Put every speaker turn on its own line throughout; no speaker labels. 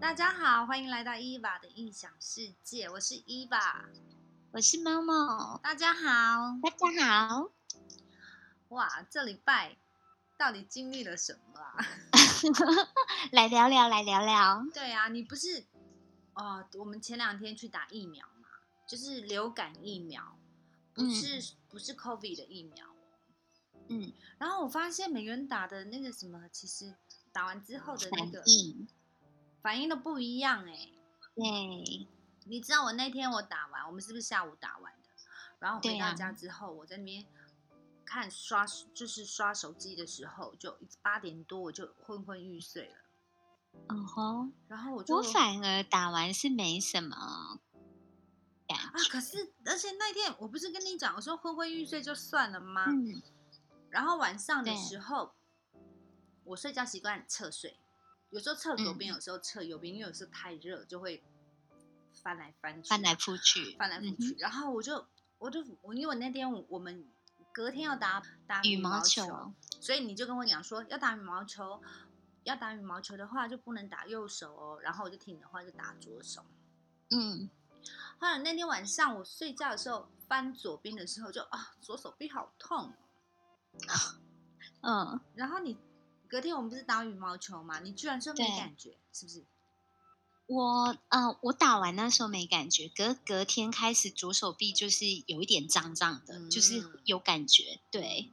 大家好，欢迎来到伊娃的异想世界，我是伊娃。
我是猫猫，
大家好，
大家好。
哇，这礼拜到底经历了什么啊？
来聊聊，来聊聊。
对啊，你不是哦？我们前两天去打疫苗嘛，就是流感疫苗，不是、不是 COVID 的疫苗。哦
嗯，
然后我发现每个人打的那个什么，其实打完之后的那
反
个
应
反应都不一样哎、
对，
你知道我那天我打完，我们是不是下午打完的？然后回
对
到
啊
家之后，我在那边看刷，就是刷手机的时候，就八点多我就昏昏欲睡了。
嗯哼，
然后我就
我反而打完是没什么感
啊，
觉。
可是而且那天我不是跟你讲，我说昏昏欲睡就算了吗？
嗯，
然后晚上的
对
时候，我睡觉习惯侧睡，有时候侧左
嗯
边，有时候侧右边，因为有时候太热就会翻来翻去，啊
翻来覆去，
翻来覆去。然后我就我就我因为我那天我我们隔天要打打
嗯哼。羽
毛
毛球，
所以你就跟我讲说要打羽毛球，要打羽毛球的话就不能打右手哦。然后我就听你的话就打左手。
嗯，
后来那天晚上我睡觉的时候翻左边的时候就啊左手臂好痛哦。
嗯，
然后你隔天我们不是打羽毛球嘛，你居然说没
对
感觉，是不是？
我呃，我打完那时候没感觉，隔隔天开始左手臂就是有一点胀胀的，就是
嗯
有感觉。对，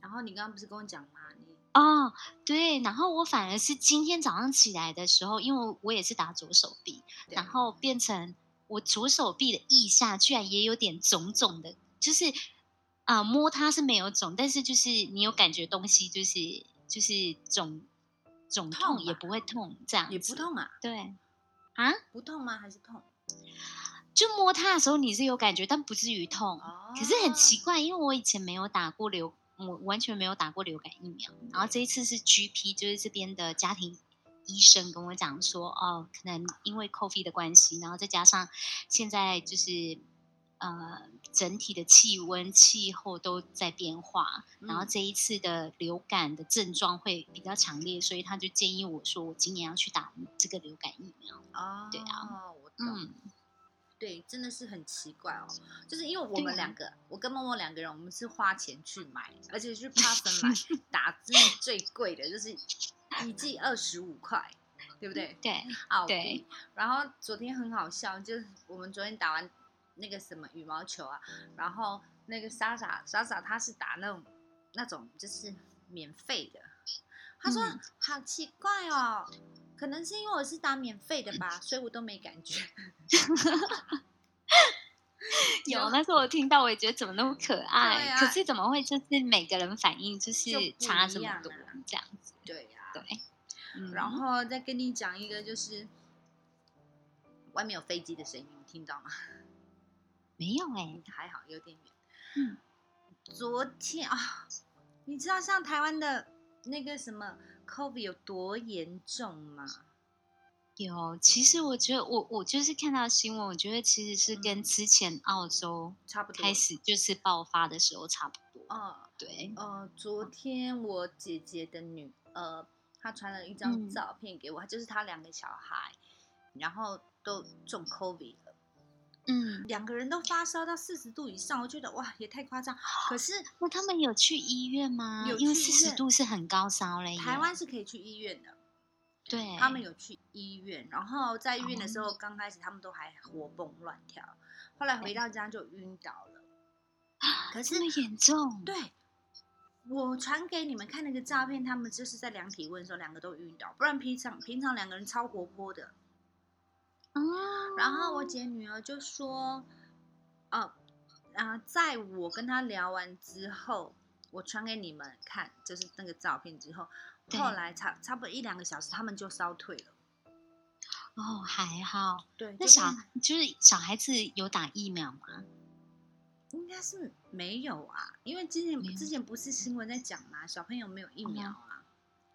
然后你刚刚不是跟我讲嘛，你
哦，对，然后我反而是今天早上起来的时候，因为我也是打左手臂，
对
然后变成我左手臂的腋下居然也有点肿肿的，就是啊、摸它是没有肿，但是就是你有感觉东西就是就是肿肿
痛
痛也
吧
不会痛这样
也不
子，
痛啊，
对啊，
不痛吗？还是痛？
就摸它的时候你是有感觉，但不至于痛。
哦，
可是很奇怪，因为我以前没有打过流，我完全没有打过流感疫苗。然后这一次是 GP，就是这边的家庭医生跟我讲说，哦，可能因为 COVID 的关系，然后再加上现在就是呃整体的气温、气候都在变化，
嗯，
然后这一次的流感的症状会比较强烈，所以他就建议我说，我今年要去打这个流感疫苗。
哦，
对啊，
我懂。
嗯，
对，真的是很奇怪哦，就是因为我
对
们
啊
两个，我跟默默两个人，我们是花钱去买，而且 去 Parson 买打字最贵的，就是一剂二十五块，对不对？
对，
澳
嗯对
币。然后昨天很好笑，就是我们昨天打完那个什么羽毛球啊，然后那个莎莎莎莎她是打那种那种就是免费的，她说、
嗯
好奇怪哦，可能是因为我是打免费的吧，所以我都没感觉。
有，那时候我听到，我也觉得怎么那么可
对
爱，
啊
可是怎么会就是每个人反应就
就不
是
一
差这么
样
多
啊
这样子？
对呀、
对，嗯
然后再跟你讲一个，就是外面有飞机的声音，你听到吗？
没有哎，
还好，有点远。
嗯，
昨天啊，你知道像台湾的那个什么 COVID 有多严重吗？
有。其实我觉得我我就是看到新闻，我觉得其实是
嗯
跟之前澳洲
差不多
开。始就是爆发的时候差不多。
哦，
对，
呃，昨天我姐姐的女儿，她传了一张
嗯
照片给我，就是她两个小孩，然后都中 COVID 了。
嗯，
两个人都发烧到四十度以上，我觉得哇也太夸张。可是
那他们有去医院吗？
有
因为
去医
四十
院
度是很高烧嘞耶。
台湾是可以去医院的，
对，哦
他们有去医院，然后在医院的时候，刚开始他们都还活蹦乱跳，后来回到家就晕倒了。可是
啊这么严重？
对，我传给你们看那个照片，他们就是在量体温的时候，两个都晕倒，不然平常平常两个人超活泼的。
哦，
然后我姐女儿就说，哦，啊、在我跟她聊完之后，我传给你们看，就是那个照片之后，
对
后来差差不多一两个小时，他们就烧退了。
哦还好。
对，就
那小
变
就是小孩子有打疫苗吗？
应该是没有啊，因为之前
没有嗯
之前不是新闻在讲嘛，小朋友没有疫苗啊，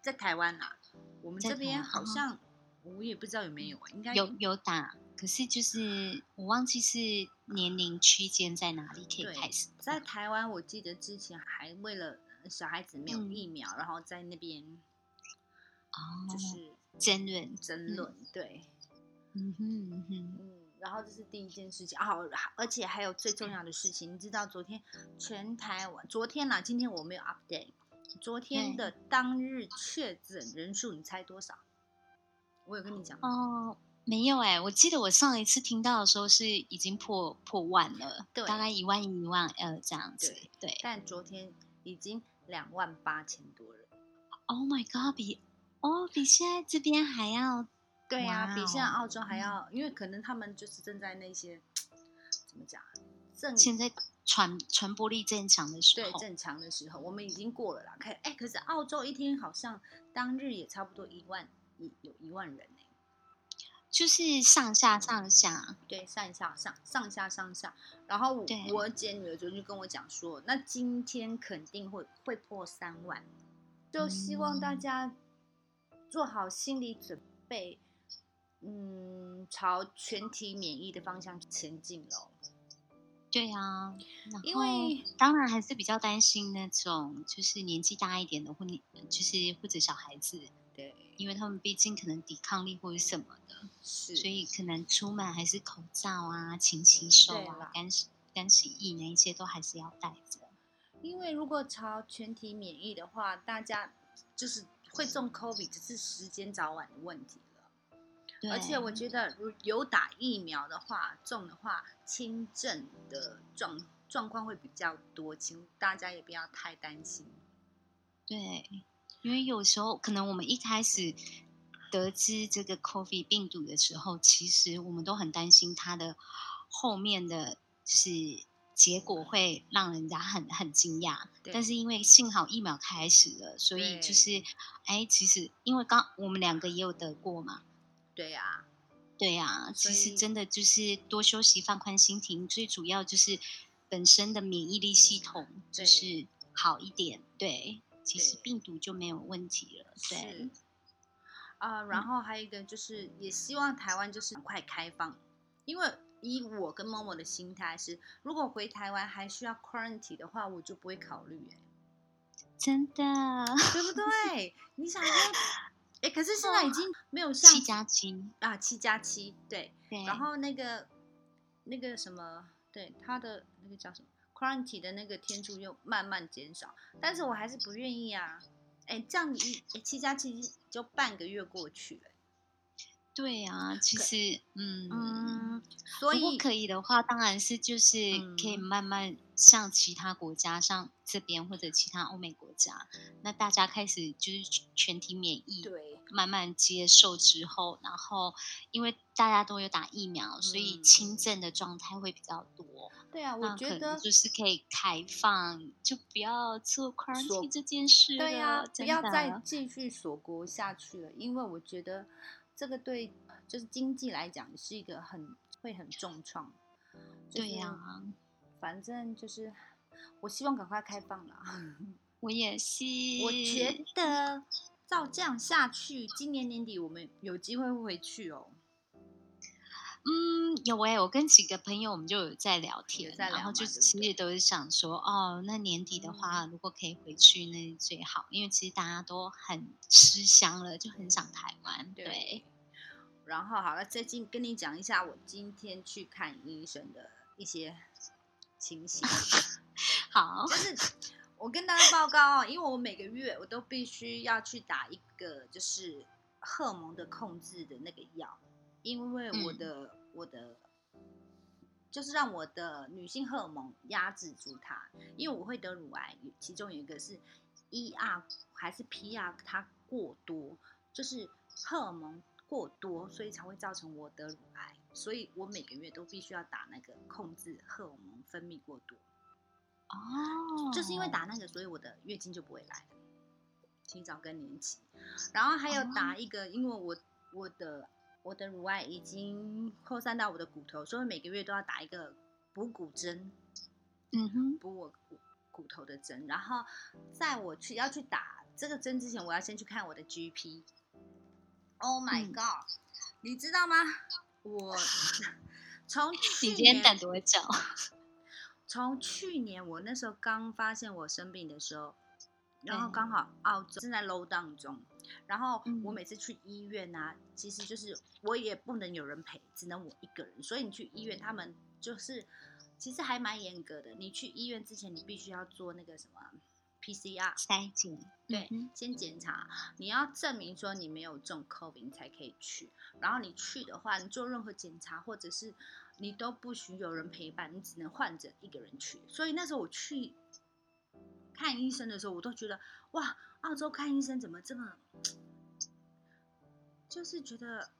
在台湾啊，我们
在
这边
台湾嗯
好像我也不知道有没有、啊，应该
有有打，可是就是我忘记是年龄区间在哪里可
对
以开始
在台湾，我记得之前还呃为了小孩子没有
嗯
疫苗，然后在那边
哦，
就是
争论，
争论，对，
嗯哼嗯哼，
嗯，然后这是第一件事情啊，而且还有最重要的事情，你知道昨天全台湾，昨天啦，今天我没有 update，昨天
嗯
的当日确诊人数，你猜多少？我有跟你讲吗？
哦，没有哎、我记得我上一次听到的时候是已经破破万了，
对
大概一万一万二这样子
对。
对
但昨天已经两万八千多人。
，Oh my God，比哦比现在这边还要
嗯对呀、
哇
比
哦
现在澳洲还要，因为可能他们就是正在那些怎么讲正
现在传传播力正常的时
对
候，
正常的时候，我们已经过了啦。可哎，可是澳洲一天好像当日也差不多一万一有一万人呢、
就是上下上下，
对，上下上上下上下。然后我
对
我姐女儿昨天就跟我讲说，那今天肯定会会破三万，就希望大
嗯
家做好心理准备，嗯，朝全体免疫的方向前进喽。
对啊。然
因
后
为
当然还是比较担心那种就是年纪大一点的，或你就是或者小孩子，
对，
因为他们毕竟可能抵抗力或者什么的，
是，
所以可能出门还是口罩啊、勤洗手
对啦
啊、干洗干洗液那一些都还是要带着。
因为如果朝全体免疫的话，大家就是会中 COVID，只是时间早晚的问题了。
对，
而且我觉得，如有打疫苗的话，中的话，轻症的状状况会比较多，请大家也不要太担心。
对，因为有时候可能我们一开始得知这个 COVID 病毒的时候，其实我们都很担心它的后面的就是结果会让人家很很惊讶。
对
但是因为幸好疫苗开始了，所
对
以就是哎，其实因为刚我们两个也有得过嘛。
对啊呀、
对呀、
所
其实
以
真的就是多休息，放宽心情，最主要就是本身的免疫力系统
嗯对
就是好一点。对，其实
对
病毒就没有问题了。对嗯
是，。啊、然后还有一个就是，也希望台湾就是赶快开放，因为以我跟某某的心态是，如果回台湾还需要 quarantine 的话，我就不会考虑、欸，
真的
对不 对？你想说，哎、可是现在已经没有像
七加七，
啊七加七对，
对，
然后那个那个什么，对他的那个叫什么 quarantine 的那个天数又慢慢减少，但是我还是不愿意啊。哎，这样一哎七加七就半个月过去了，
对啊，其
可
实嗯
嗯，所
如果
以
可以的话，当然是就是可以
嗯
慢慢像其他国家，像这边或者其他欧美国家，那大家开始就是全体免疫，
对
慢慢接受之后，然后因为大家都有打疫苗，所以
嗯
轻症的状态会比较多。
对啊，
那
我
嗯可
觉
能
得
就是可以开放，就不要做 quarantine 这件事了。
对呀、不
真
要
的
再继续锁国下去了，因为我觉得这个对就是经济来讲是一个很会很重创。就是
对呀、
反正就是我希望赶快开放了。
我也是。
我觉得照这样下去，今年年底我们有机会会回去哦。
嗯，有哎、我跟几个朋友我们就有在聊天，
在
然
聊
后就
嘛
是
对不
其实
对嗯
也都是想说，哦，那年底的话，如果可以回去，那是最好，因为其实大家都很吃香了，就很想台湾。
对
对，
然后好了，最近跟你讲一下我今天去看医生的一些情形，
好，
就是我跟大家报告哦，因为我每个月我都必须要去打一个就是荷尔蒙的控制的那个药，因为我
嗯
的、我的。就是让我的女性荷尔蒙压制住它，因为我会得乳癌，其中有一个是 ER 还是 PR 它过多，就是荷尔蒙过多，所以才会造成我得乳癌。所以我每个月都必须要打那个控制荷尔蒙分泌过多，
哦，
就是因为打那个，所以我的月经就不会来，提早更年期。
嗯
然后还有
哦
打一个，因为我我的我的乳癌已经扩散到我的骨头，所以每个月都要打一个补骨针。
嗯哼，
补我骨骨头的针，然后在我去要去打这个针之前，我要先去看我的 GP。Oh my
嗯
god！、你知道吗？ 我从去
你今天
年
等多 久？
从去年我那时候刚发现我生病的时候，然后
对
刚好澳洲正在 low down 中，然后
嗯
我每次去医院啊，其实就是我也不能有人陪，只能我一个人。所以你去医院，他们就是其实还蛮严格的。你去医院之前，你必须要做那个什么 PCR，
筛检，
对
嗯
先检查，你要证明说你没有中 COVID 你才可以去。然后你去的话，你做任何检查或者是你都不许有人陪伴，你只能患者一个人去。所以那时候我去看医生的时候，我都觉得哇，澳洲看医生怎么这么，就是觉得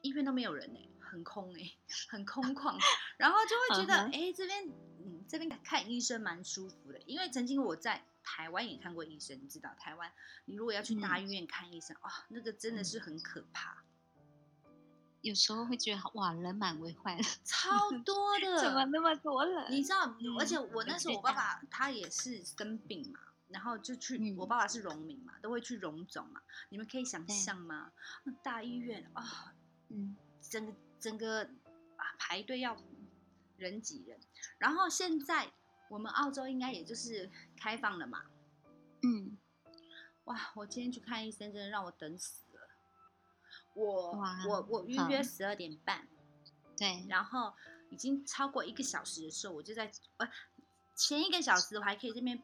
医院都没有人呢、很空哎、很空旷，然后就会觉得
嗯
哎、诶这边嗯这边看医生蛮舒服的，因为曾经我在台湾也看过医生，你知道台湾你如果要去大
嗯
医院看医生，哇、那个真的是很可怕，
有时候会觉得哇，人满为患，
超多的，
怎么那么多人？
你知道，
嗯
而且我那
我
时候
知
我爸
道
爸他也是生病嘛，然后就去，
嗯
我爸爸是荣民嘛，都会去荣总嘛，你们可以想
对
象吗？那大医院啊、
嗯，
整个整个啊排队要人挤人，然后现在我们澳洲应该也就是 开放了嘛，
嗯，
哇，我今天去看医生，真的让我等死了。我
哇
我我预约
嗯
十二点半，
对，
然后已经超过一个小时的时候，我就在呃前一个小时我还可以这边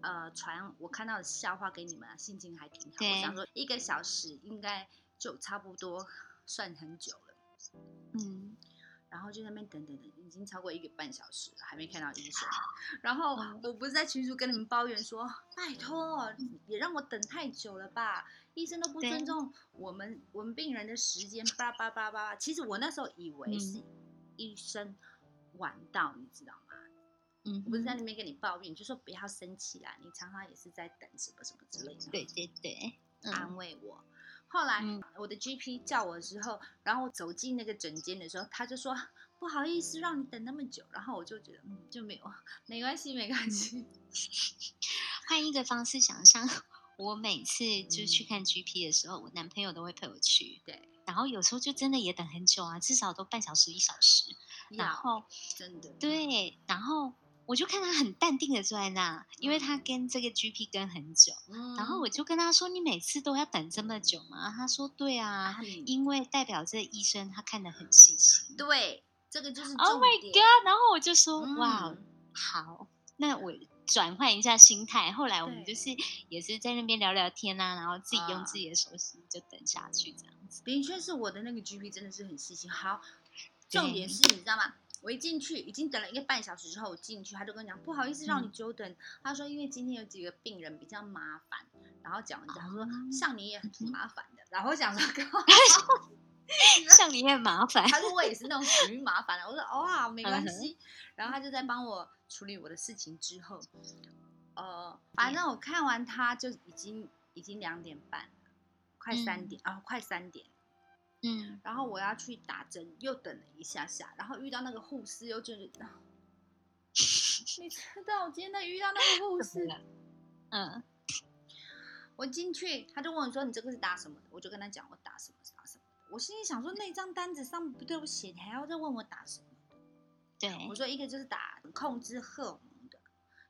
呃传我看到的笑话给你们、啊，心情还挺好。我
对
想说一个小时应该就差不多算很久了，
嗯，
然后就在那边等等等，已经超过一个半小时了，还没看到医生。然后
嗯
我不是在群主跟你们抱怨说，拜托也让我等太久了吧，医生都不
对
尊重我们我们病人的时间，叭叭叭叭叭。其实我那时候以为
嗯
是医生晚到，你知道吗？
嗯
我不是在
哼
那边跟你抱怨，就说不要生气啦，你常常也是在等什么什么之类的。
对对对，嗯
安慰我。后来
嗯
我的 GP 叫我的时候，然后我走进那个诊间的时候，他就说不好意思让你等那么久，然后我就觉得嗯就没有， 没关系没关 系，
换一个方式想象，我每次就去看 GP 的时候，我男朋友都会陪我去，
对，
然后有时候就真的也等很久啊，至少都半小时一小时，然
要
后
真的，
对，然后。我就看他很淡定的坐在那，因为他跟这个 GP 跟很久，
嗯
然后我就跟他说：“你每次都要等这么久吗？”他说：“对啊，
啊你
因为代表这医生他看得很细心。
对这个就是
Oh
重
my
点
god！然后我就说，哇，哦
嗯
好，那我转换一下心态。后来我们
对
就是也是在那边聊聊天啊，然后自己
啊
用自己的手机就等下去这样子。
的确是我的那个 GP 真的是很细心。好，重点
对
是你知道吗？我一进去，已经等了一个半小时之后，我进去，他就跟我讲不好意思让你
嗯
久等。他说因为今天有几个病人比较麻烦，然后讲完之后，他说、
哦
像你也很挺麻烦的。然后我想说，
像你也很麻烦，
他说我也是那种属于麻烦的。我说哦好，没关系。然后他就在帮我处理我的事情之后，呃，反正我看完他就已经已经两点半，快三
嗯
点啊、快三点。
嗯，
然后我要去打针，又等了一下下，然后遇到那个护士，又 觉得，啊你知道，我今天在遇到那个护士，
嗯，
我进去，他就问我说：“你这个是打什么的？”我就跟他讲我打什么打什么的。我心里想说，那张单子上不对我写，你还要再问我打什么？
对，
我说一个就是打控制荷尔蒙的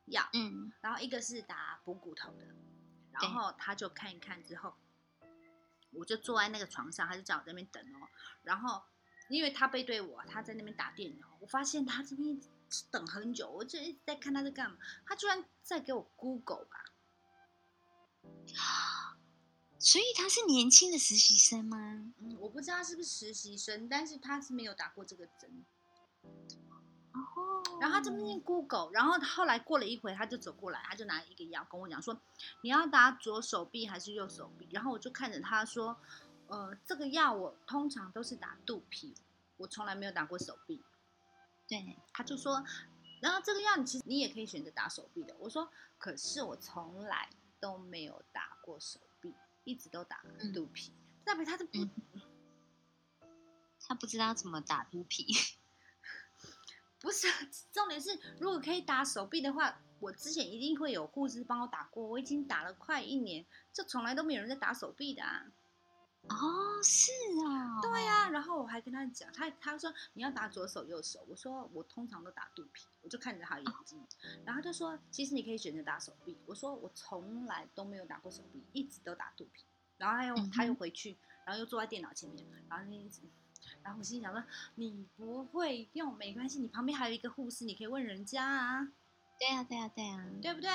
药，
嗯，
然后一个是打补骨头的，
对
然后他就看一看之后，我就坐在那个床上，他就叫我在那边等哦，然后因为他背对我，他在那边打电脑，我发现他这边等很久，我就一直在看他在干嘛，他居然在给我 Google 吧，
所以他是年轻的实习生吗？
嗯，我不知道他是不是实习生，但是他是没有打过这个针，
哦，
然后他这边 Google，然后后来过了一会，他就走过来，他就拿一个药跟我讲说，你要打左手臂还是右手臂？然后我就看着他说，呃，这个药我通常都是打肚皮，我从来没有打过手臂。
对，
他就说，然后这个药你其实你也可以选择打手臂的。我说，可是我从来都没有打过手臂，一直都打
嗯
肚皮。代表他是不
嗯他不知道怎么打肚皮，
不是， 重点是，如果可以打手臂的话，我之前一定会有护士帮我打过。我已经打了快一年，就从来都没有人在打手臂的啊。
哦，是啊，
对呀、然后我还跟他讲，他他说你要打左手右手，我说我通常都打肚皮，我就看着他眼睛，然后他就说其实你可以选择打手臂，我说我从来都没有打过手臂，一直都打肚皮。然后他又
嗯哼
他又回去，然后又坐在电脑前面，然后就一直，然后我心里想说，你不会用没关系，你旁边还有一个护士，你可以问人家啊，
对呀、对呀、对呀、
对不对？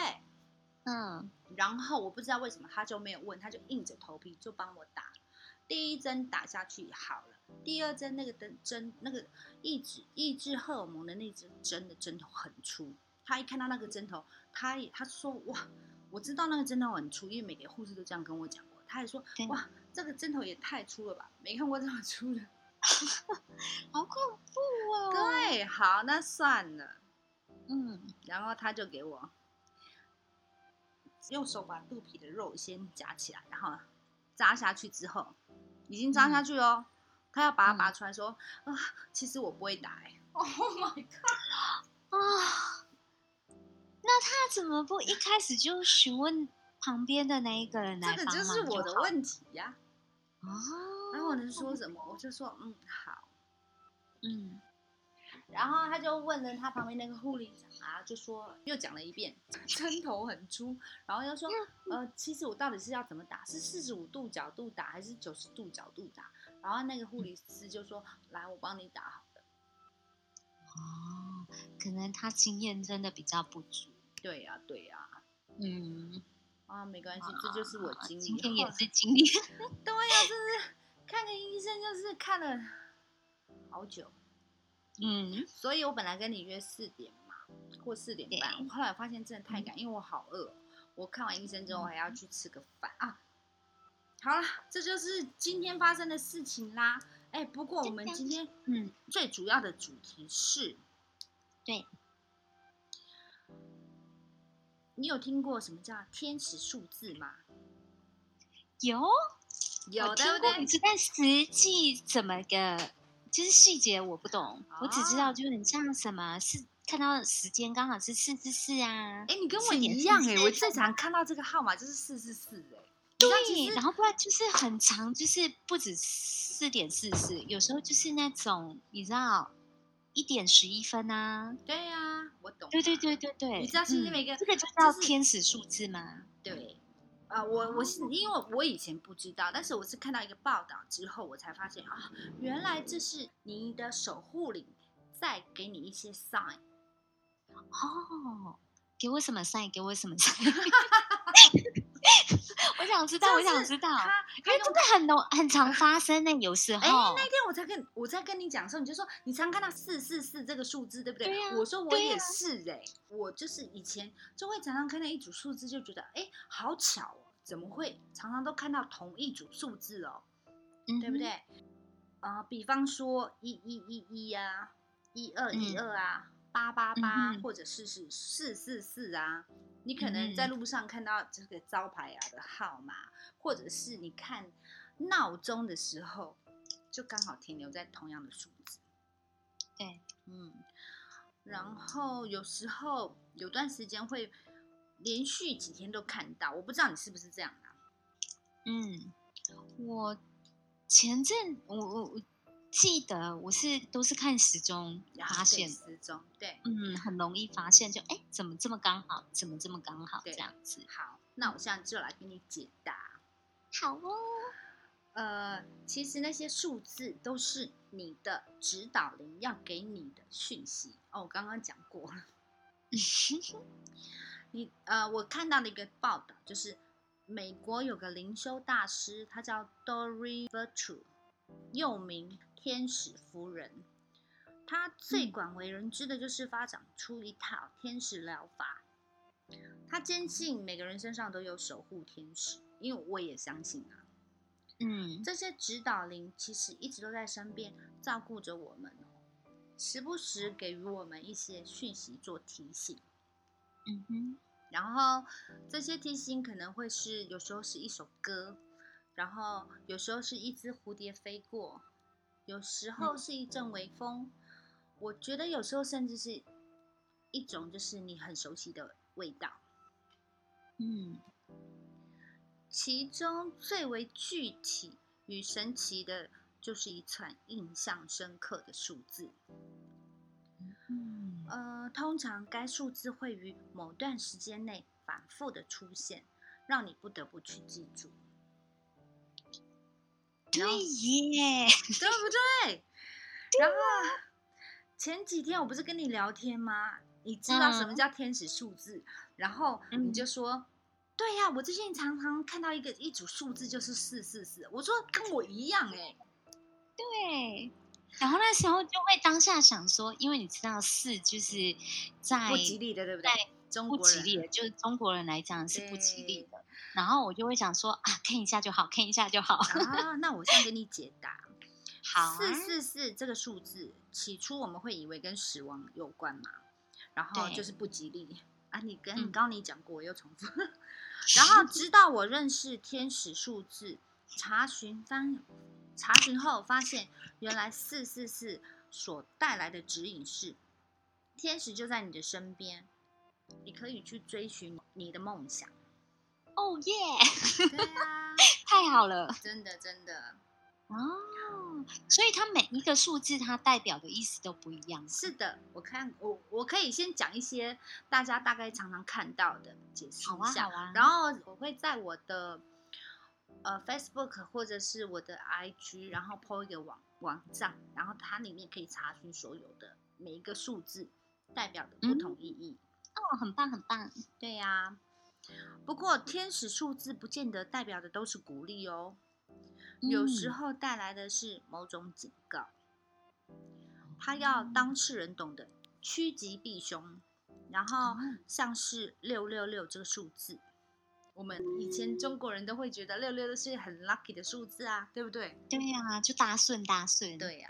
嗯，
然后我不知道为什么他就没有问，他就硬着头皮就帮我打。第一针打下去好了，第二针那个针针那个抑制抑制荷尔蒙的那支针的针头很粗，他一看到那个针头，他也他说哇，我知道那个针头很粗，因为每个护士都这样跟我讲过，他也说
对
哇，这个针头也太粗了吧，没看过这么粗的。
好恐怖哦。，
对，好，那算了。
嗯，
然后他就给我用手把肚皮的肉先夹起来，然后扎下去之后，已经扎下去哦，他要把它拔出来说，啊，其实我不会打、欸。Oh my god！
啊、那他怎么不一开始就询问旁边的那一个人来
这个
帮忙
就
就是
我的
好
问题呀、
哦。
然后我能说什么？ 我就说嗯好。
嗯，
然后他就问了他旁边那个护理长啊，就说又讲了一遍， 针头很粗，然后又说呃，其实我到底是要怎么打？是四十五度角度打还是九十度角度打？然后那个护理师就说：“来，我帮你打好了。
哦，可能他经验真的比较不足。”
对呀、对呀、
嗯，
啊，没关系，这就是我经历。
啊今天也
后来
是经历。
对呀、就是看个医生，就是看了好久。
嗯，
所以我本来跟你约四点嘛，或四点半，
对嗯
我后来发现真的太赶，因为我好饿哦、我看完医生之后还要去吃个饭啊。好了，这就是今天发生的事情啦。哎，不过我们
真的
今天
嗯，
最主要的主题是，
对，
你有听过什么叫天使数字吗？
有
有，
我
对
听
不
过
对
名？字，但实际怎么个就是细节我不懂，我只知
哦
道就是很像什么是看到时间刚好是四至四啊，
哎，你跟我
4.44
一样哎、我最常看到这个号码就是四四四哎。你知道其
欸对，
实
然后不然就是很长，就是不止四点四四，有时候就是那种你知道一点十一分啊，
对呀、我懂。
对对对对对，
你知道其实
嗯
每个
这个就
就
叫
是
天使数字吗？
对，啊、我我是因为我以前不知道，但是我是看到一个报道之后，我才发现啊，原来这是你的守护灵在给你一些 sign。
哦，给我什么 sign？给我什么 sign？我想知道，我
就是
想知道，
他
因为真的很浓，很常发生的，有时
哦哎、
候
那。天我才跟我在跟你讲的时候，你就说你常看到四四四这个数字，对不对？
对呀
我说我
对
也
呀
是哎、我就是以前就会常常看到一组数字，就觉得哎、好巧哦，怎么会常常都看到同一组数字哦，
嗯
对不
哼
对？啊、比方说一一一一啊，一二一二啊，八八八
嗯嗯，哼
或者是是四四四啊。你可能在
嗯
路上看到这个招牌啊的号码，或者是你看闹钟的时候，就刚好停留在同样的数字。
对，
嗯。然后有时候有段时间会连续几天都看到，我不知道你是不是这样啊？
嗯，我前阵我我我记得我是都是看时钟
然后
发
对
现的，
时钟对，
嗯，很容易发现就哎怎么这么刚好，怎么这么刚好
对
这样子，
好，那我现在就来给你解答。
好哦，
呃，其实那些数字都是你的指导灵要给你的讯息哦。我刚刚讲过了，你呃，我看到了一个报道，就是美国有个灵修大师，他叫 Dory Virtue，又名天使夫人。他最
嗯
广为人知的就是发展出一套天使疗法。他坚信每个人身上都有守护天使，因为我也相信啊。
嗯
这些指导灵其实一直都在身边照顾着我们哦，时不时给予我们一些讯息做提醒。
嗯哼，
然后这些提醒可能会是有时候是一首歌，然后有时候是一只蝴蝶飞过，有时候是一阵微风，我觉得有时候甚至是一种就是你很熟悉的味道。
嗯
其中最为具体与神奇的，就是一串印象深刻的数字。
嗯
呃，通常该数字会于某 段时间内反复的出现，让你不得不去记住。然后
对耶，
对不对？然后前几天我不是跟你聊天吗？你知道什么
嗯
叫天使数字？然后你
嗯
就说。对呀、我最近常常看到一个一组数字就是四四四，我说跟我一样哎、
对。然后那时候就会当下想说，因为你知道四就是在
不吉利的，对不对？中
不
国
吉
人
利的，就是中国人来讲是不吉利
对
的。然后我就会想说啊，看一下就好，看一下就好。
啊，那我先给你解答。
好啊，
四四四这个数字，起初我们会以为跟死亡有关嘛，然后
对
就是不吉利啊。你跟你
嗯
刚刚你讲过，我又 重复。然后直到我认识天使数字，查询翻查询后发现，原来四四四所带来的指引是，天使就在你的身边，你可以去追寻你的梦 想。
哦耶，
对啊，
太好了
真的真的。
哦。所以它每一个数字它代表的意思都不一样。
是的，我看我我可以先讲一些大家大概常常看到的，解释
好
一
啊，
下。
好啊。
然后我会在我的呃 Facebook 或者是我的 IG，然后 PO 一个网网站，然后它里面可以查询所有的每一个数字代表的不
嗯
同意义。
哦，很棒，很棒。
对呀、不过天使数字不见得代表的都是鼓励哦，有时
嗯
候带来的是某种警告。他要当事人懂得趋吉避凶，然后
哦
像是六六六这个数字，我们以前中国人都会觉得六六六是很 lucky 的数字啊，对不对？
对啊，就大顺大顺。，
对呀、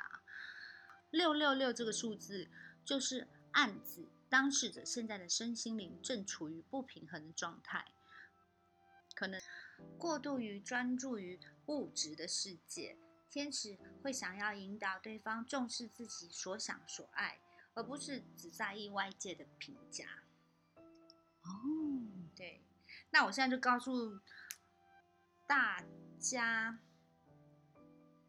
六六六这个数字就是暗指当事者现在的身心灵正处于不平衡的状态，可能过度于专注于物质的世界。天使会想要引导对方重视自己所想所爱，而不是只在意外界的评价。
哦，
对，那我现在就告诉大家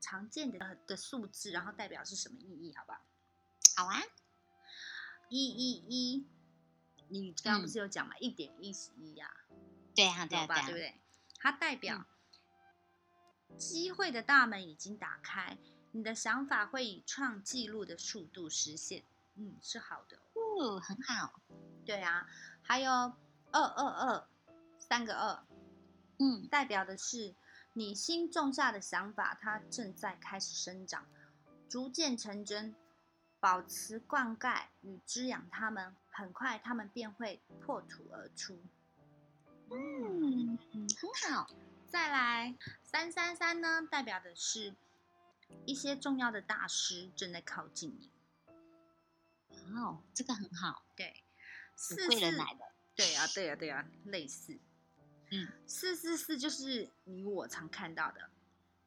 常见的呃的数字，然后代表是什么意义，好不好？
好啊，
一一一，你刚刚不
嗯
是有讲嘛？一点一十一呀，
对啊，对
有
啊，
吧？
啊
对不，对？它代表机会的大门已经打开，你的想法会以创纪录的速度实现。嗯，是好的哦。
哦，很好。
对啊，还有二二二，三个二，
嗯，
代表的是你心种下的想法，它正在开始生长，逐渐成真。保持灌溉与滋养它们，很快它们便会破土而出。
嗯，很好。
再来，三三三呢，代表的是一些重要的大师正在靠近你。
哦，这个很好，
对，
有
四
贵人
四
来了。
对呀、对呀、啊对呀、类似。
嗯，
四四四就是你我常看到的，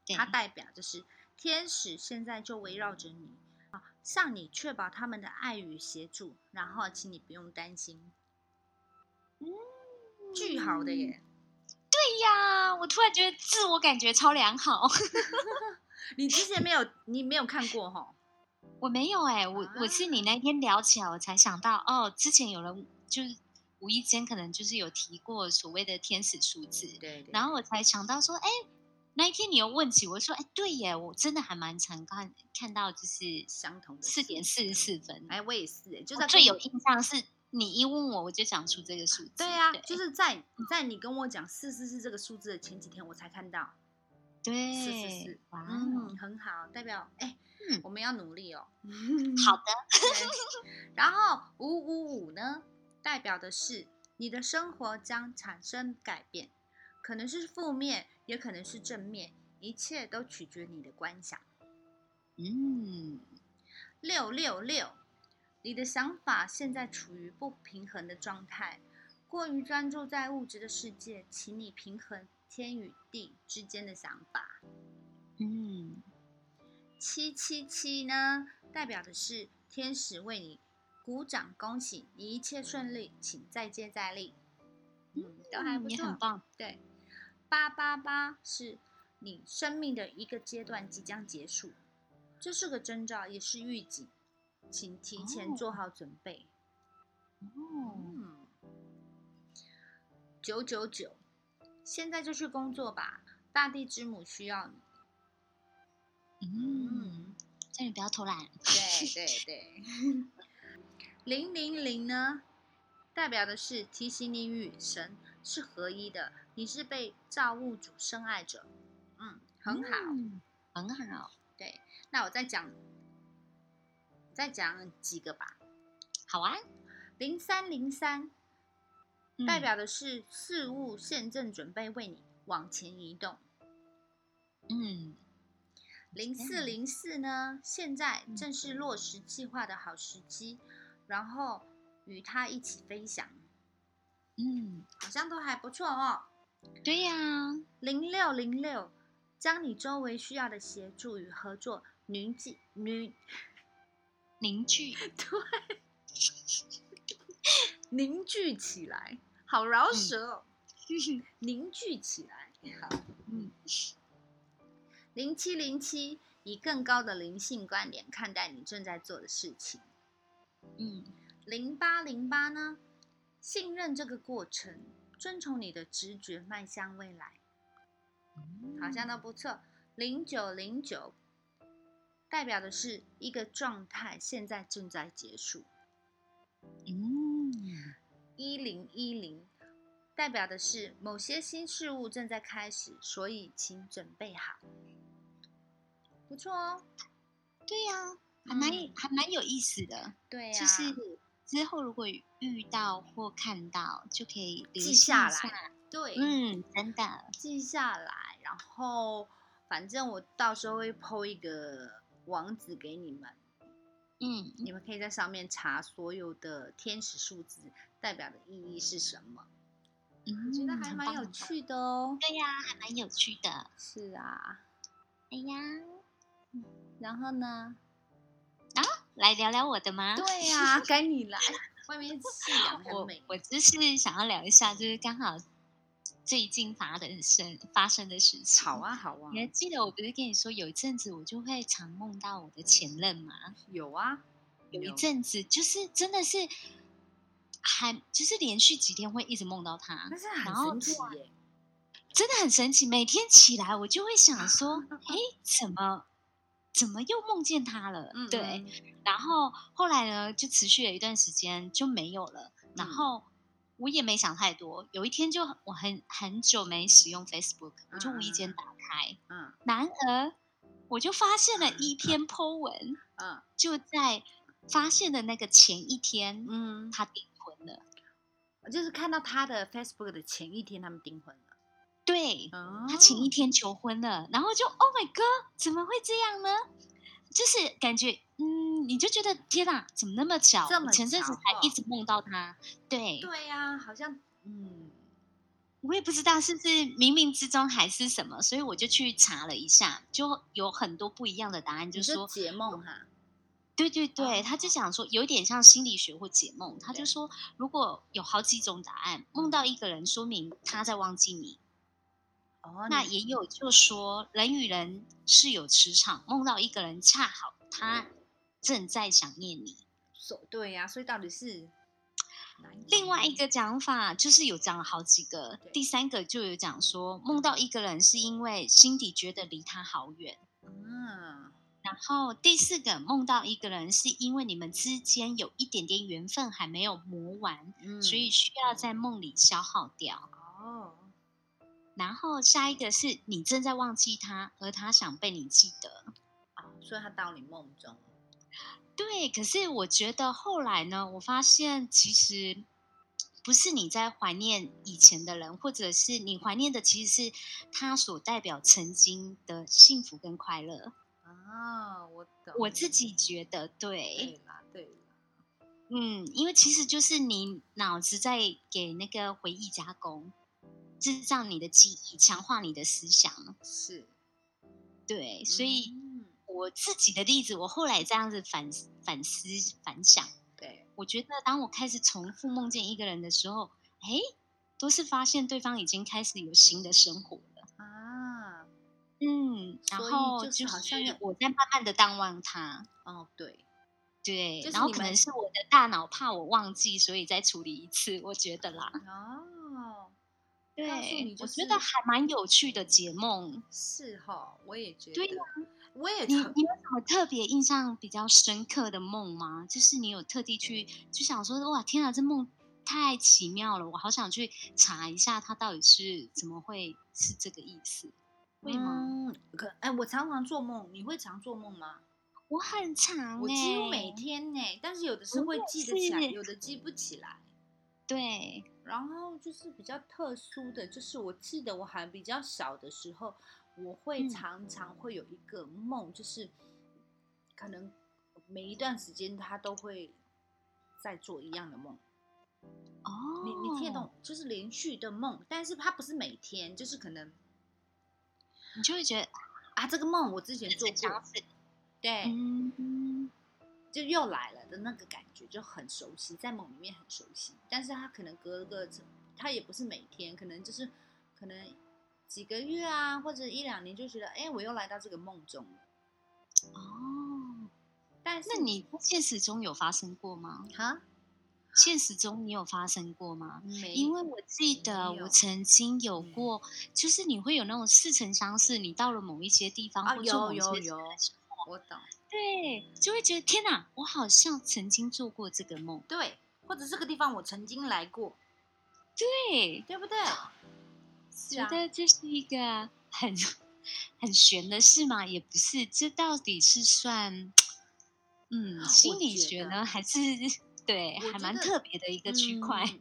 对
它代表就是天使现在就围绕着你，啊向你确保他们的爱与协助，然后请你不用担心，
嗯
巨好的耶！
对哎呀，我突然觉得自我感觉超良好。
你之前没有，你没有看过 哈？
我没有哎、我、我是你
啊
那天聊起来，我才想到哦，之前有人就是无意间可能就是有提过所谓的天使数字，
对
然后我才想到说，哎、那一天你又问起，我说，哎、对耶，我真的还蛮常看看到就是
相同的
四点四十四分，
哎，我也是耶，就
我
在
最
跟
有
你
印象是你一问我，我就讲出这个数字，
对啊，就是在在你跟我讲四四四这个数字的前几天，我才看到。
对，
是是是
哇、哦
嗯，很好，代表哎、
嗯
我们要努力哦。
好的，
对 然后五五五呢，代表的是你的生活将产生改变，可能是负面，也可能是正面，一切都取决你的观想。
嗯，
六六六，你的想法现在处于不平衡的状态，过于专注在物质的世界，请你平衡天与地之间的想法。
嗯，
七七七呢，代表的是天使为你鼓掌，恭喜你一切顺利，请再接再厉。嗯，都还
嗯
不
你很
错。
棒，
对，八八八是你生命的一个阶段即将结束，这是个征兆，也是预警，请提前
哦
做好准备。
哦，
嗯，九九九，现在就去工作吧，大地之母需要你。
嗯，叫你不要偷懒。
对对对，零零零呢，代表的是提醒你与神是合一的，你是被造物主深爱者。嗯，很好。
嗯，很好，
对，那我再讲，再讲几个吧。
好啊。
零三零三
嗯
代表的是事物现正准备为你往前移动。
嗯
零四零四呢，现在
嗯
正是落实计划的好时机，然后与它一起飞翔，
嗯，
好像都还不错哦。
对呀、
零六零六，将你周围需要的协助与合作凝聚凝
凝聚。
凝聚起来，好饶舌哦，凝聚起来。好，
嗯
零七零七，以更高的灵性观点看待你正在做的事情。
嗯
零八零八呢？信任这个过程，遵从你的直觉迈向未来，好像都不错。零九零九代表的是一个状态，现在正在结束。
嗯
一零一零代表的是某些新事物正在开始，所以请准备好。不错哦，
对呀、还蛮、
嗯
还蛮有意思的，
对呀、
就是之后如果遇到或看到，就可以留
记
心
下
一
来，对，
嗯，真的，
记下来，然后反正我到时候会 PO 一个网址给你们，
嗯
你们可以在上面查所有的天使数字代表的意义是什么，
嗯，
我觉得还
很
蛮
棒
有
很棒
趣的哦。
对呀、还蛮有趣的。
是啊，
哎呀，
然后呢？
来聊聊我的吗？
对 呀、该你来，外面夕阳很
我
美。
我就是想要聊一下，就是刚好最近发的生发生的事情。
好，啊，好啊
你，还记得我不是跟你说有一阵子我就会常梦到我的前任吗？
有啊，
有一阵子就是真的是还就是连续几天会一直梦到他，
但是
然
很
后
神奇
突然
耶，
真的很神奇。每天起来我就会想 说，哎，怎么怎么又梦见他了？
嗯，
对，
嗯，
然后后来呢，就持续了一段时间就没有了。
嗯
然后我也没想太多，有一天就我很很久没使用 Facebook，我就无意
啊
间打开，
嗯
然而我就发现了 一篇 po 文，
嗯
就在发现的那个前一天，
嗯
他订婚了。
嗯，就是看到他的 Facebook 的前一天，他们订婚了。
对，
哦
他前一天求婚了，然后就 Oh my God，怎么会这样呢？就是感觉，嗯，你就觉得天哪，怎么那么巧？
这么
我前阵子
巧
才
哦
一直梦到他，对
对呀、好像嗯，
我也不知道是不是冥冥之中还是什么，所以我就去查了一下，就有很多不一样的答案，就
你
是
说
说，
解梦哈，
对对对，
哦
他就想说有点像心理学或解梦，他就
对
说如果有好几种答案，梦到一个人，说明他在忘记你，
哦，
那
你
也有就说人与人是有磁场，梦到一个人恰好他正在想念你。
所对呀、所以到底是哪一
另外一
种
个讲法就是有讲了好几个
嗯对，
第三个就有讲说梦到一个人是因为心底觉得离他好远，
嗯
然后第四个梦到一个人是因为你们之间有一点点缘分还没有磨完，
嗯，
所以需要在梦里消耗掉。
哦，
然后下一个是你正在忘记他，而他想被你记得。
啊所以他到你梦中了，
对，可是我觉得后来呢，我发现其实不是你在怀念以前的人，或者是你怀念的其实是他所代表曾经的幸福跟快乐。
啊，我懂，
我自己觉得对，
对啦对啦，
嗯，因为其实就是你脑子在给那个回忆加工，制造你的记忆，强化你的思想。
是，
对，所以
嗯
我自己的例子，我后来这样子反反思反想。
对，
我觉得当我开始重复梦见一个人的时候，哎，都是发现对方已经开始有新的生活了。
啊，
嗯，然
所以
后
就是好像有
是我在慢慢的淡忘他，
哦对，
对，
就是
然后
你
可能
们
是我的大脑怕我忘记，所以再处理一次，我觉得啦，
哦，告诉
对
你，就
我
是
觉得还蛮有趣的解梦，
是哈，我也觉得，
对呀
我也
你你
特
有什么特别印象比较深刻的梦吗？就是你有特地去就想说，哇，天啊，这梦太奇妙了，我好想去查一下它到底是怎么会是这个意思，会吗？
嗯，可哎、我常常做梦，你会常做梦吗？
我很长、欸，
我几乎每天呢、但是有的是
我
会
也
记得起来，
是
有的记不起来。
对，
然后就是比较特殊的，就是我记得我还比较小的时候，我会
嗯
常常会有一个梦，就是可能每一段时间他都会在做一样的梦。
哦，
你你听得懂？就是连续的梦，但是它不是每天，就是可能
你就会觉得
啊这个梦我之前做
很想要
过，
自己
对，
嗯，
就又来了的那个感觉就很熟悉，在梦里面很熟悉，但是他可能隔个，他也不是每天，可能就是可能几个月啊，或者一两年就觉得，哎、我又来到这个梦中了。
哦，
但是
那你现实中有发生过吗？
哈，
现实中你有发生过吗？
没
因为我记得
没有
我曾经有
嗯
过，就是你会有那种似曾相识，你到了某一些地方、
啊
或做
有
某
有
些事
有
的时候，
我懂，
对，就会觉得天哪，我好像曾经做过这个梦，
对，或者这个地方我曾经来过，
对，
对不对？是
觉
啊，
得这是一个很很悬的事吗？也不是，这到底是算 嗯心理
觉
学
得
呢，还是对
我
还
觉
蛮
得
特别的一个区块？
嗯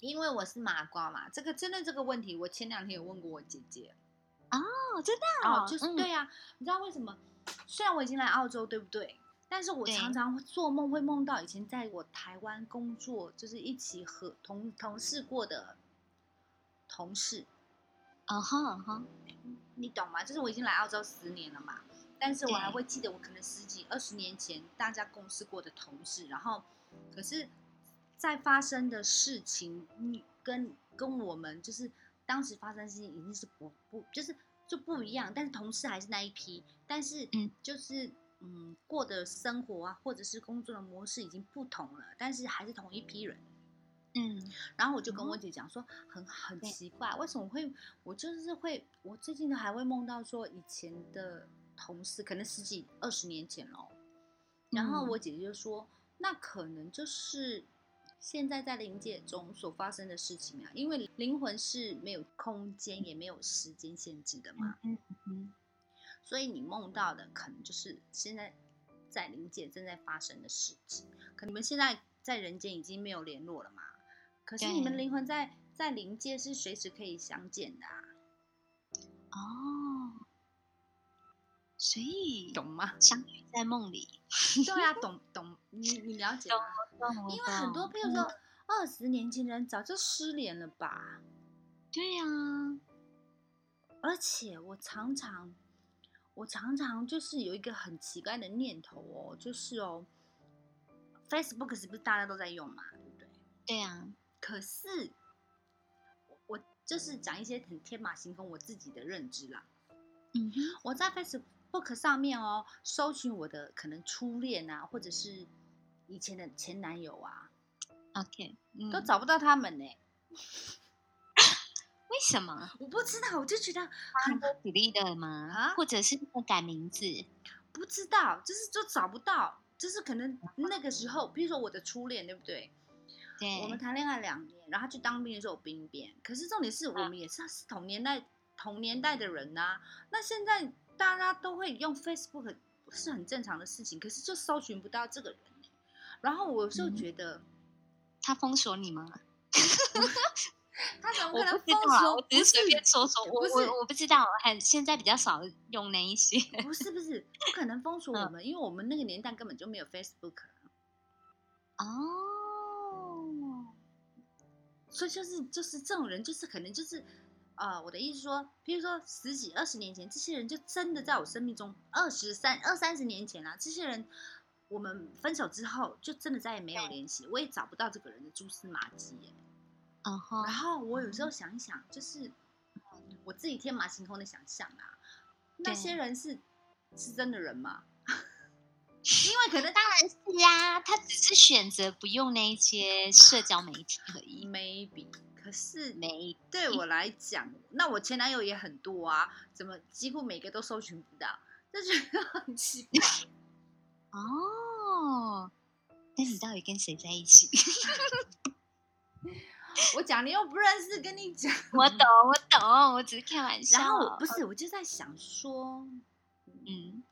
因为我是麻瓜嘛，这个真的这个问题，我前两天有问过我姐姐，
哦，真的
哦，就是、
嗯
对呀、你知道为什么？虽然我已经来澳洲，对不对？但是我
对
常常会做梦会梦到以前在我台湾工作，就是一起和同同事过的同事，
啊哈啊哈，
你懂吗？就是我已经来澳洲十年了嘛，但是我还
对
会记得我可能十几二十年前大家共事过的同事，然后可是，在发生的事情，你跟跟我们就是当时发生的事情已经是不不就是就不一样，但是同事还是那一批，但是
嗯
就是。嗯，过的生活啊，或者是工作的模式已经不同了，但是还是同一批人。
嗯
然后我就跟
哦
我姐讲说，很很
对
奇怪，为什么会我就是会，我最近还会梦到说以前的同事，可能十几二十年前喽。然后
嗯
我姐姐就说，那可能就是现在在灵界中所发生的事情啊，因为灵魂是没有空间也没有时间限制的嘛，
嗯嗯，
所以你梦到的可能就是现在在灵界正在发生的事情。可你们现在在人间已经没有联络了嘛？可是你们
对
灵魂在在灵界是随时可以相见的、啊，
哦，所以
懂吗？
相遇在梦里，
对啊，懂懂，你你了解吗？因为很多，比如说二十年前人早就失联了吧？
对呀、啊，
而且我常常，我常常就是有一个很奇怪的念头哦，就是哦，Facebook 是不是大家都在用嘛？对不对？
对呀、嗯
可是我我就是讲一些很天马行空我自己的认知啦。
嗯哼，
我在 Facebook 上面哦，搜寻我的可能初恋啊，或者是以前的前男友啊，
，OK，嗯，
都找不到他们呢、
为什么？
我不知道，我就觉得
他
很
们都比例的吗？
啊
或者是他们改名字？
不知道，就是就找不到，就是可能那个时候，比如说我的初恋，对不对？
对，
我们谈恋爱两年，然后他去当兵的时候有兵变，可是重点是
嗯
我们也是是同年代同年代的人呐、那现在大家都会用 Facebook 是很正常的事情，可是就搜寻不到这个人欸、然后我就
嗯
觉得、
他封锁你吗？
他怎么
我
可
不
能
知道
封
啊，
锁？
我
不
只是
是
随便说说，我
不是
我我不知道，很现在比较少用那一些。
不是不是，不可能封锁
嗯
我们，因为我们那个年代根本就没有 Facebook，
哦，
所以就是就是这种人，就是可能就是。呃，我的意思说，譬如说十几二十年前，这些人就真的在我生命中，二十三二三十年前啦、这些人我们分手之后就真的再也没有
对
联系，我也找不到这个人的蛛丝马迹耶。
嗯哼
然，后我有时候想一想，就是我自己天马行空的想象啊，那
对
些人是是真的人吗？ 因为可能
当然是啊，他只是选择不用那一些社交媒体而已。
maybe，可是
没
对我来讲，那我前男友也很多啊，怎么几乎每个都搜寻不到？就觉得很奇 怪。
哦，那你到底跟谁在一起？
我讲你又不认识，跟你讲。
我懂，我懂，我只是开玩 笑。
然后我不是，我就在想说，
嗯，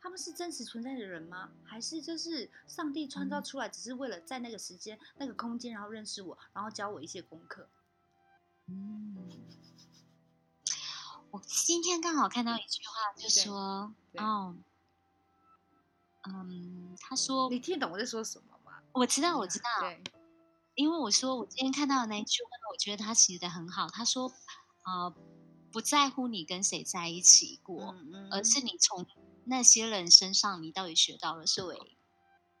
他们是真实存在的人吗？还是就是上帝创造出来，只是为了在那个时间、那个空间，然后认识我，然后教我一些功课？
嗯，我今天刚好看到一句话，就说
对对
哦，嗯，他说
你听得懂我在说什么吗？
我知道，我知道，
对，
因为我说我今天看到的那一句话，我觉得他写的很好。他说，呃，不在乎你跟谁在一起过，
嗯嗯
而是你从那些人身上，你到底学到了什么？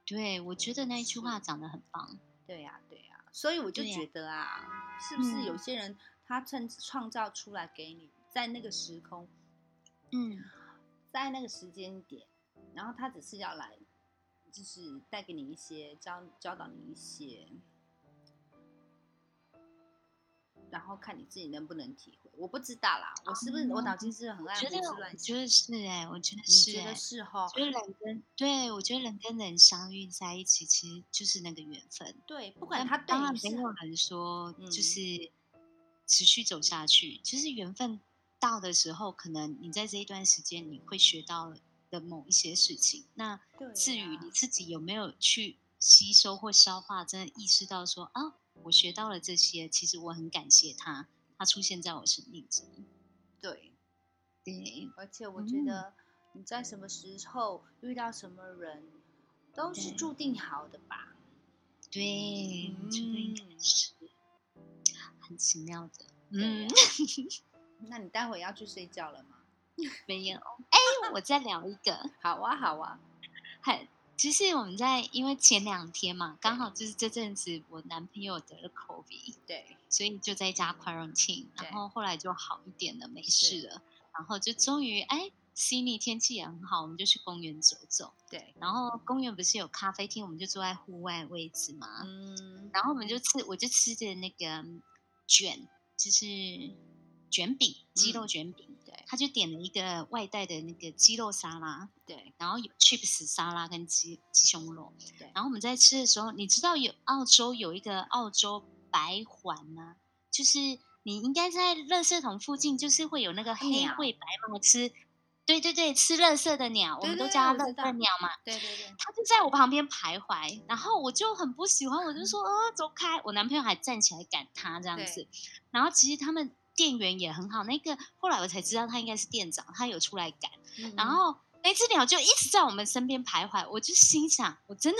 对，我觉得那一句话
是
讲的很棒。
对呀、对呀、所以我就
对呀
觉得啊，是不是
嗯
有些人他创创造出来给你，在那个时空，
嗯，
在那个时间点，然后他只是要来，就是带给你一些教教导你一些，然后看你自己能不能体会。我不知道啦，我是不是、我脑筋是不是很爱
哦我觉
胡
得
思
我
乱
觉
想？
得是哎、我觉得
你
是
觉
哎、
得是哈
我？觉得人跟对，我觉得人跟人相遇在一起，其实就是那个缘分。
对，不
不
管他对
当然
你
没
是
有
好
人说
嗯
就是持续走下去，就是缘分到的时候，可能你在这一段时间你会学到的某一些事情。那
对
至于
啊
你自己有没有去吸收或消化，真的意识到说啊，我学到了这些，其实我很感谢他，他出现在我生命中。
对，
对，
而且我
嗯
觉得你在什么时候遇到什么人，都是
对
注定好的吧？
对，我觉得应该
嗯
是很奇妙的。
对
嗯
啊，那你待会要去睡觉了吗？
没有。哎，我再聊一个。
好啊，好啊，
很，其实我们在因为前两天嘛，刚好就是这阵子我男朋友得了 COVID，
对，
所以就在家 quarantine，
嗯对
然后后来就好一点了，没事了，然后就终于哎。悉尼天气也很好，我们就去公园走走。
对，
然后公园不是有咖啡厅，我们就坐在户外位置嘛。
嗯，
然后我们就吃，我就吃的那个卷，就是卷饼，
嗯
鸡肉卷饼。
对
他就点了一个外带的那个鸡肉沙拉。
对
然后有 chips 沙拉跟鸡鸡胸肉。
对
然后我们在吃的时候，你知道有澳洲有一个澳洲白环吗？就是你应该在垃圾桶附近，就是会有那个黑
鸟
会白毛吃，对对对，吃垃圾的鸟，我
对
们
对
都
对
叫它
我知
垃
道
圾鸟嘛。
对对对，
它就在我旁边徘徊，然后我就很不喜欢，我就说呃走开，我男朋友还站起来赶他这样子，然后其实他们店员也很好，那个后来我才知道他应该是店长，他有出来赶。
嗯
然后那只鸟就一直在我们身边徘徊，我就心想，我真的，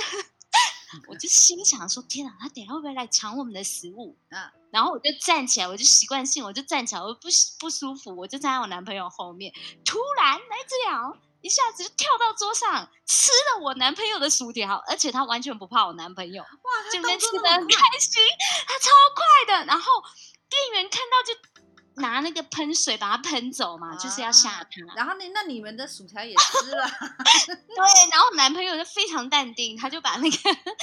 嗯
我就心想说，天哪，它等一下会不会来抢我们的食物？
啊，
然后我就站起来，我就习惯性我就站起来，我不不舒服，我就站在我男朋友后面。突然，那只鸟一下子就跳到桌上，吃了我男朋友的薯条，而且它完全不怕我男朋友。
哇，
就
他
那
动
吃
作
的
那
很
啊么快，
开心，他超快的。然后店员看到就拿那个喷水把它喷走嘛，就是要吓
啊
他。
然后呢，那你们的薯条也吃了，
对，然后我男朋友就非常淡定，他就把那个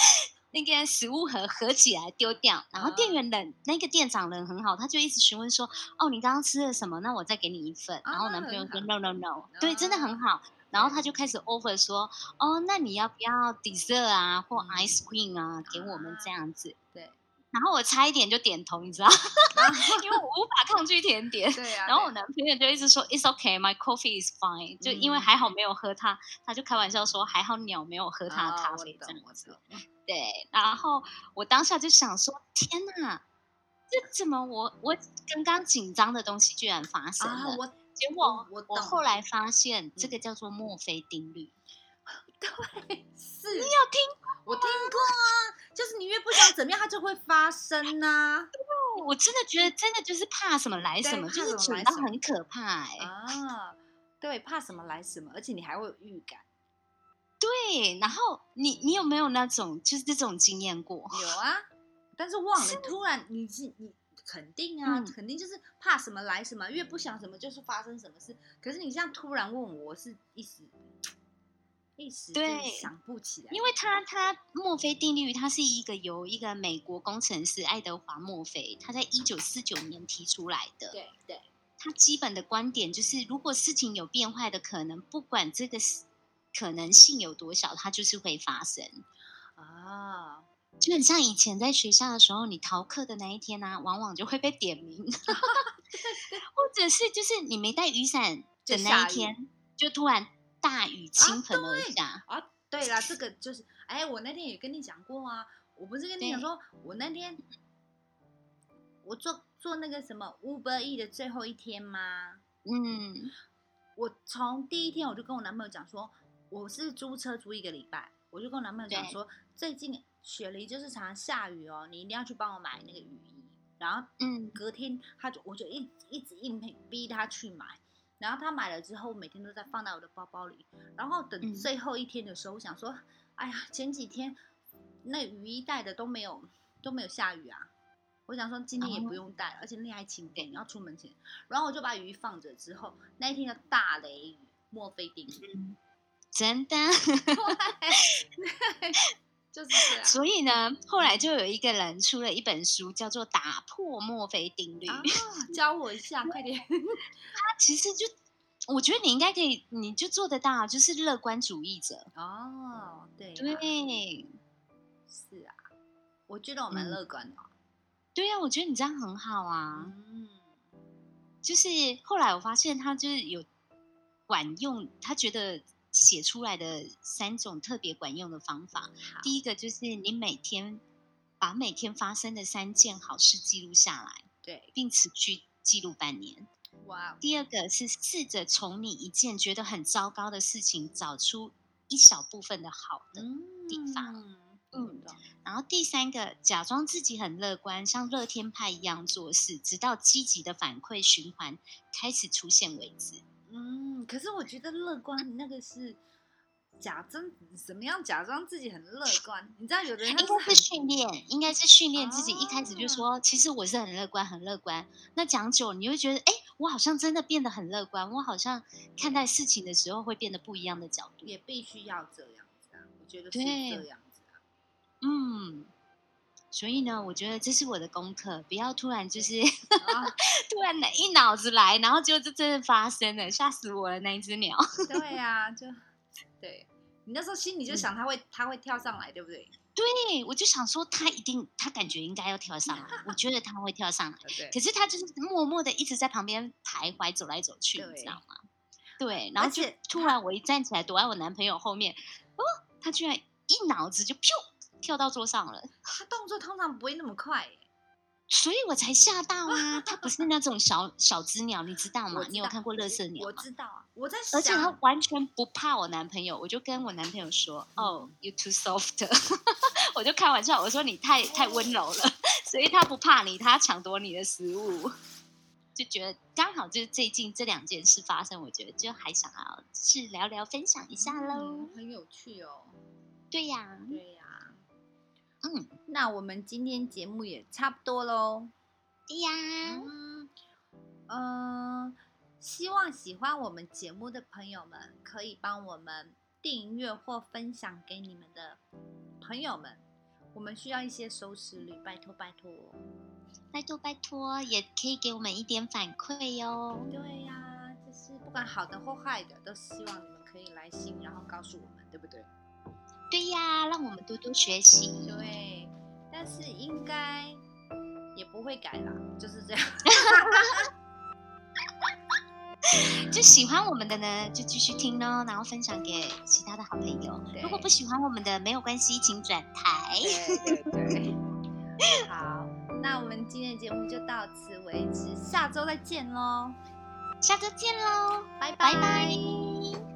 那个食物盒合起来丢掉。然后
嗯
店员人、那个店长人很好，他就一直询问说：“哦，你刚刚吃了什么？那我再给你一份。然后我
那
男朋友
啊很
说
好
：“No No No，对，真的很好。”然后他就开始 offer 说：“哦，那你要不要 dessert 啊，或
嗯
ice cream 啊，给我们这样子？”
对，啊
然后我差一点就点头，你知道，
然后
因为我无法抗拒甜点。
对啊，
然后我
对
男朋友就一直说 "It's okay, my coffee is fine"，、就因为
嗯
还好没有喝它，他就开玩笑说还好鸟没有喝他的
啊
咖
我
啡这
懂啊
样
我
子。
懂
对，然后我当下就想说，天哪，这怎么我我刚刚紧张的东西居然发生
啊
了？，
我
结果
我
我
懂
后来发现这
嗯
个叫做墨菲定律。
对哎是，
你有听
我听过啊，就是你越不想怎么样，它就会发生 呐，
过？我真的觉得真的就是怕什么来什
哦对
么，
怕
就
什
是
么
准
来
到
什么
很可怕哎、
啊，对，怕什么来什么，而且你还会有预感。
对，然后你你有没有那种就是这种经验过？
有啊，但是忘了，突然你是你肯定啊，
嗯
肯定就是怕什么来什么，越不想什么就是发生什么事。可是你这样突然问我，我是一时一时就是
对
想不起来，
因为他他墨菲定律，它是一个由一个美国工程师爱德华墨菲，他在一九四九年提出来的。
对对
他基本的观点就是，如果事情有变坏的可能，不管这个是可能性有多小，它就是会发生。
啊，
就很像以前在学校的时候，你逃课的那一天啊，往往就会被点 名，或者是就是你没带雨伞
就
的那
下
一
雨啊
天，就突然大雨倾盆而
对
下。
啊，对啦，这个就是，哎，我那天也跟你讲过啊，我不是跟你讲
对
说，我那天我做做那个什么 Uber E 的最后一天吗？
嗯，
我从第一天我就跟我男朋友讲说，我是租车租一个礼拜，我就跟我男朋友讲
对
说，最近雪梨就是常常下雨哦，你一定要去帮我买那个雨衣。然后
嗯
隔天他就我就一一直硬逼逼他去买，然后他买了之后，我每天都在放在我的包包里。然后等
嗯
最后一天的时候，我想说，哎呀，前几天那雨衣带的都没有都没有下雨啊，我想说今天也不
哦
用带了，而且那天还晴
对
天，然后出门前，然后我就把雨衣放着，之后那一天的大雷雨，墨菲 定律，
真的。
就是这样。
所以呢，后来就有一个人出了一本书，叫做《打破墨菲定律》。
啊，教我一下，快 点！
它 其实就，我觉得你应该可以，你就做得到，就是乐观主义者。
哦，对啊啦，
对，
是啊，我觉得我蛮
嗯
乐观的哦。
对啊呀、我觉得你这样很好啊。
嗯，
就是后来我发现他就是有管用，他觉得写出来的三种特别管用的方法。第一个就是你每天把每天发生的三件好事记录下来，
对，
并持续记录半年。
哇，
第二个是试着从你一件觉得很糟糕的事情找出一小部分的好的。
嗯，
地方
嗯
嗯，然后第三个，假装自己很乐观，像乐天派一样做事，直到积极的反馈循环开始出现为止。
嗯，可是我觉得乐观那个是假装怎么样假装自己很乐观？你知道有的人他
应该
很
是训练，应该是训练自己。一开始就说，其实我是很乐观，很乐观。那讲久，你会觉得，哎，我好像真的变得很乐观，我好像看待事情的时候会变得不一样的角度。
也必须要这样子啊，我觉得是
对
这样子啊。
嗯，所以呢，我觉得这是我的功课，不要突然就是
啊
突然一脑子来，然后就这真的发生了，吓死我了那一只鸟。
对呀、就对你那时候心里就
嗯
想他会、他会跳上来，对不对？
对，我就想说，他一定，他感觉应该要跳上来，我觉得他会跳上来。
对
可是他就是默默的一直在旁边徘徊走来走去，你
对
知道吗？对，然后
而
就
且
突然我一站起来躲在我男朋友后面，哦，他居然一脑子就 咻跳到桌上了，
他动作通常不会那么快欸耶、
所以我才吓到啊！他不是那种小小只鸟，你知道吗
我？知
你有
道
看过乐色鸟
我
吗？
知道啊，我在想，
而且他完全不怕我男朋友，我就跟我男朋友说：“
嗯
哦、y o u too soft。” 我就开玩笑，我说你太太温柔了， 所以他不怕你，他抢夺你的食物，就觉得刚好就是最近这两件事发生，我觉得就还想要是聊聊分享一下喽
嗯。很有趣哦。
对呀、
对呀、
嗯，
那我们今天节目也差不多喽。
对呀、
嗯，呃，希望喜欢我们节目的朋友们可以帮我们订阅或分享给你们的朋友们。我们需要一些收视率，拜托拜托。
拜托拜托，也可以给我们一点反馈哟。
对呀、就是不管好的或坏的，都希望你们可以来信，然后告诉我们，对不对？
对呀、让我们多多学习。
对，但是应该也不会改啦，就是 这样。
就喜欢我们的呢，就继续听咯，然后分享给其他的好朋友。
对
如果不喜欢我们的，没有关系，请转台。
对对对。 好，那我们今天的节目就到此为止，下周再见喽，
下周见喽，
拜拜
拜拜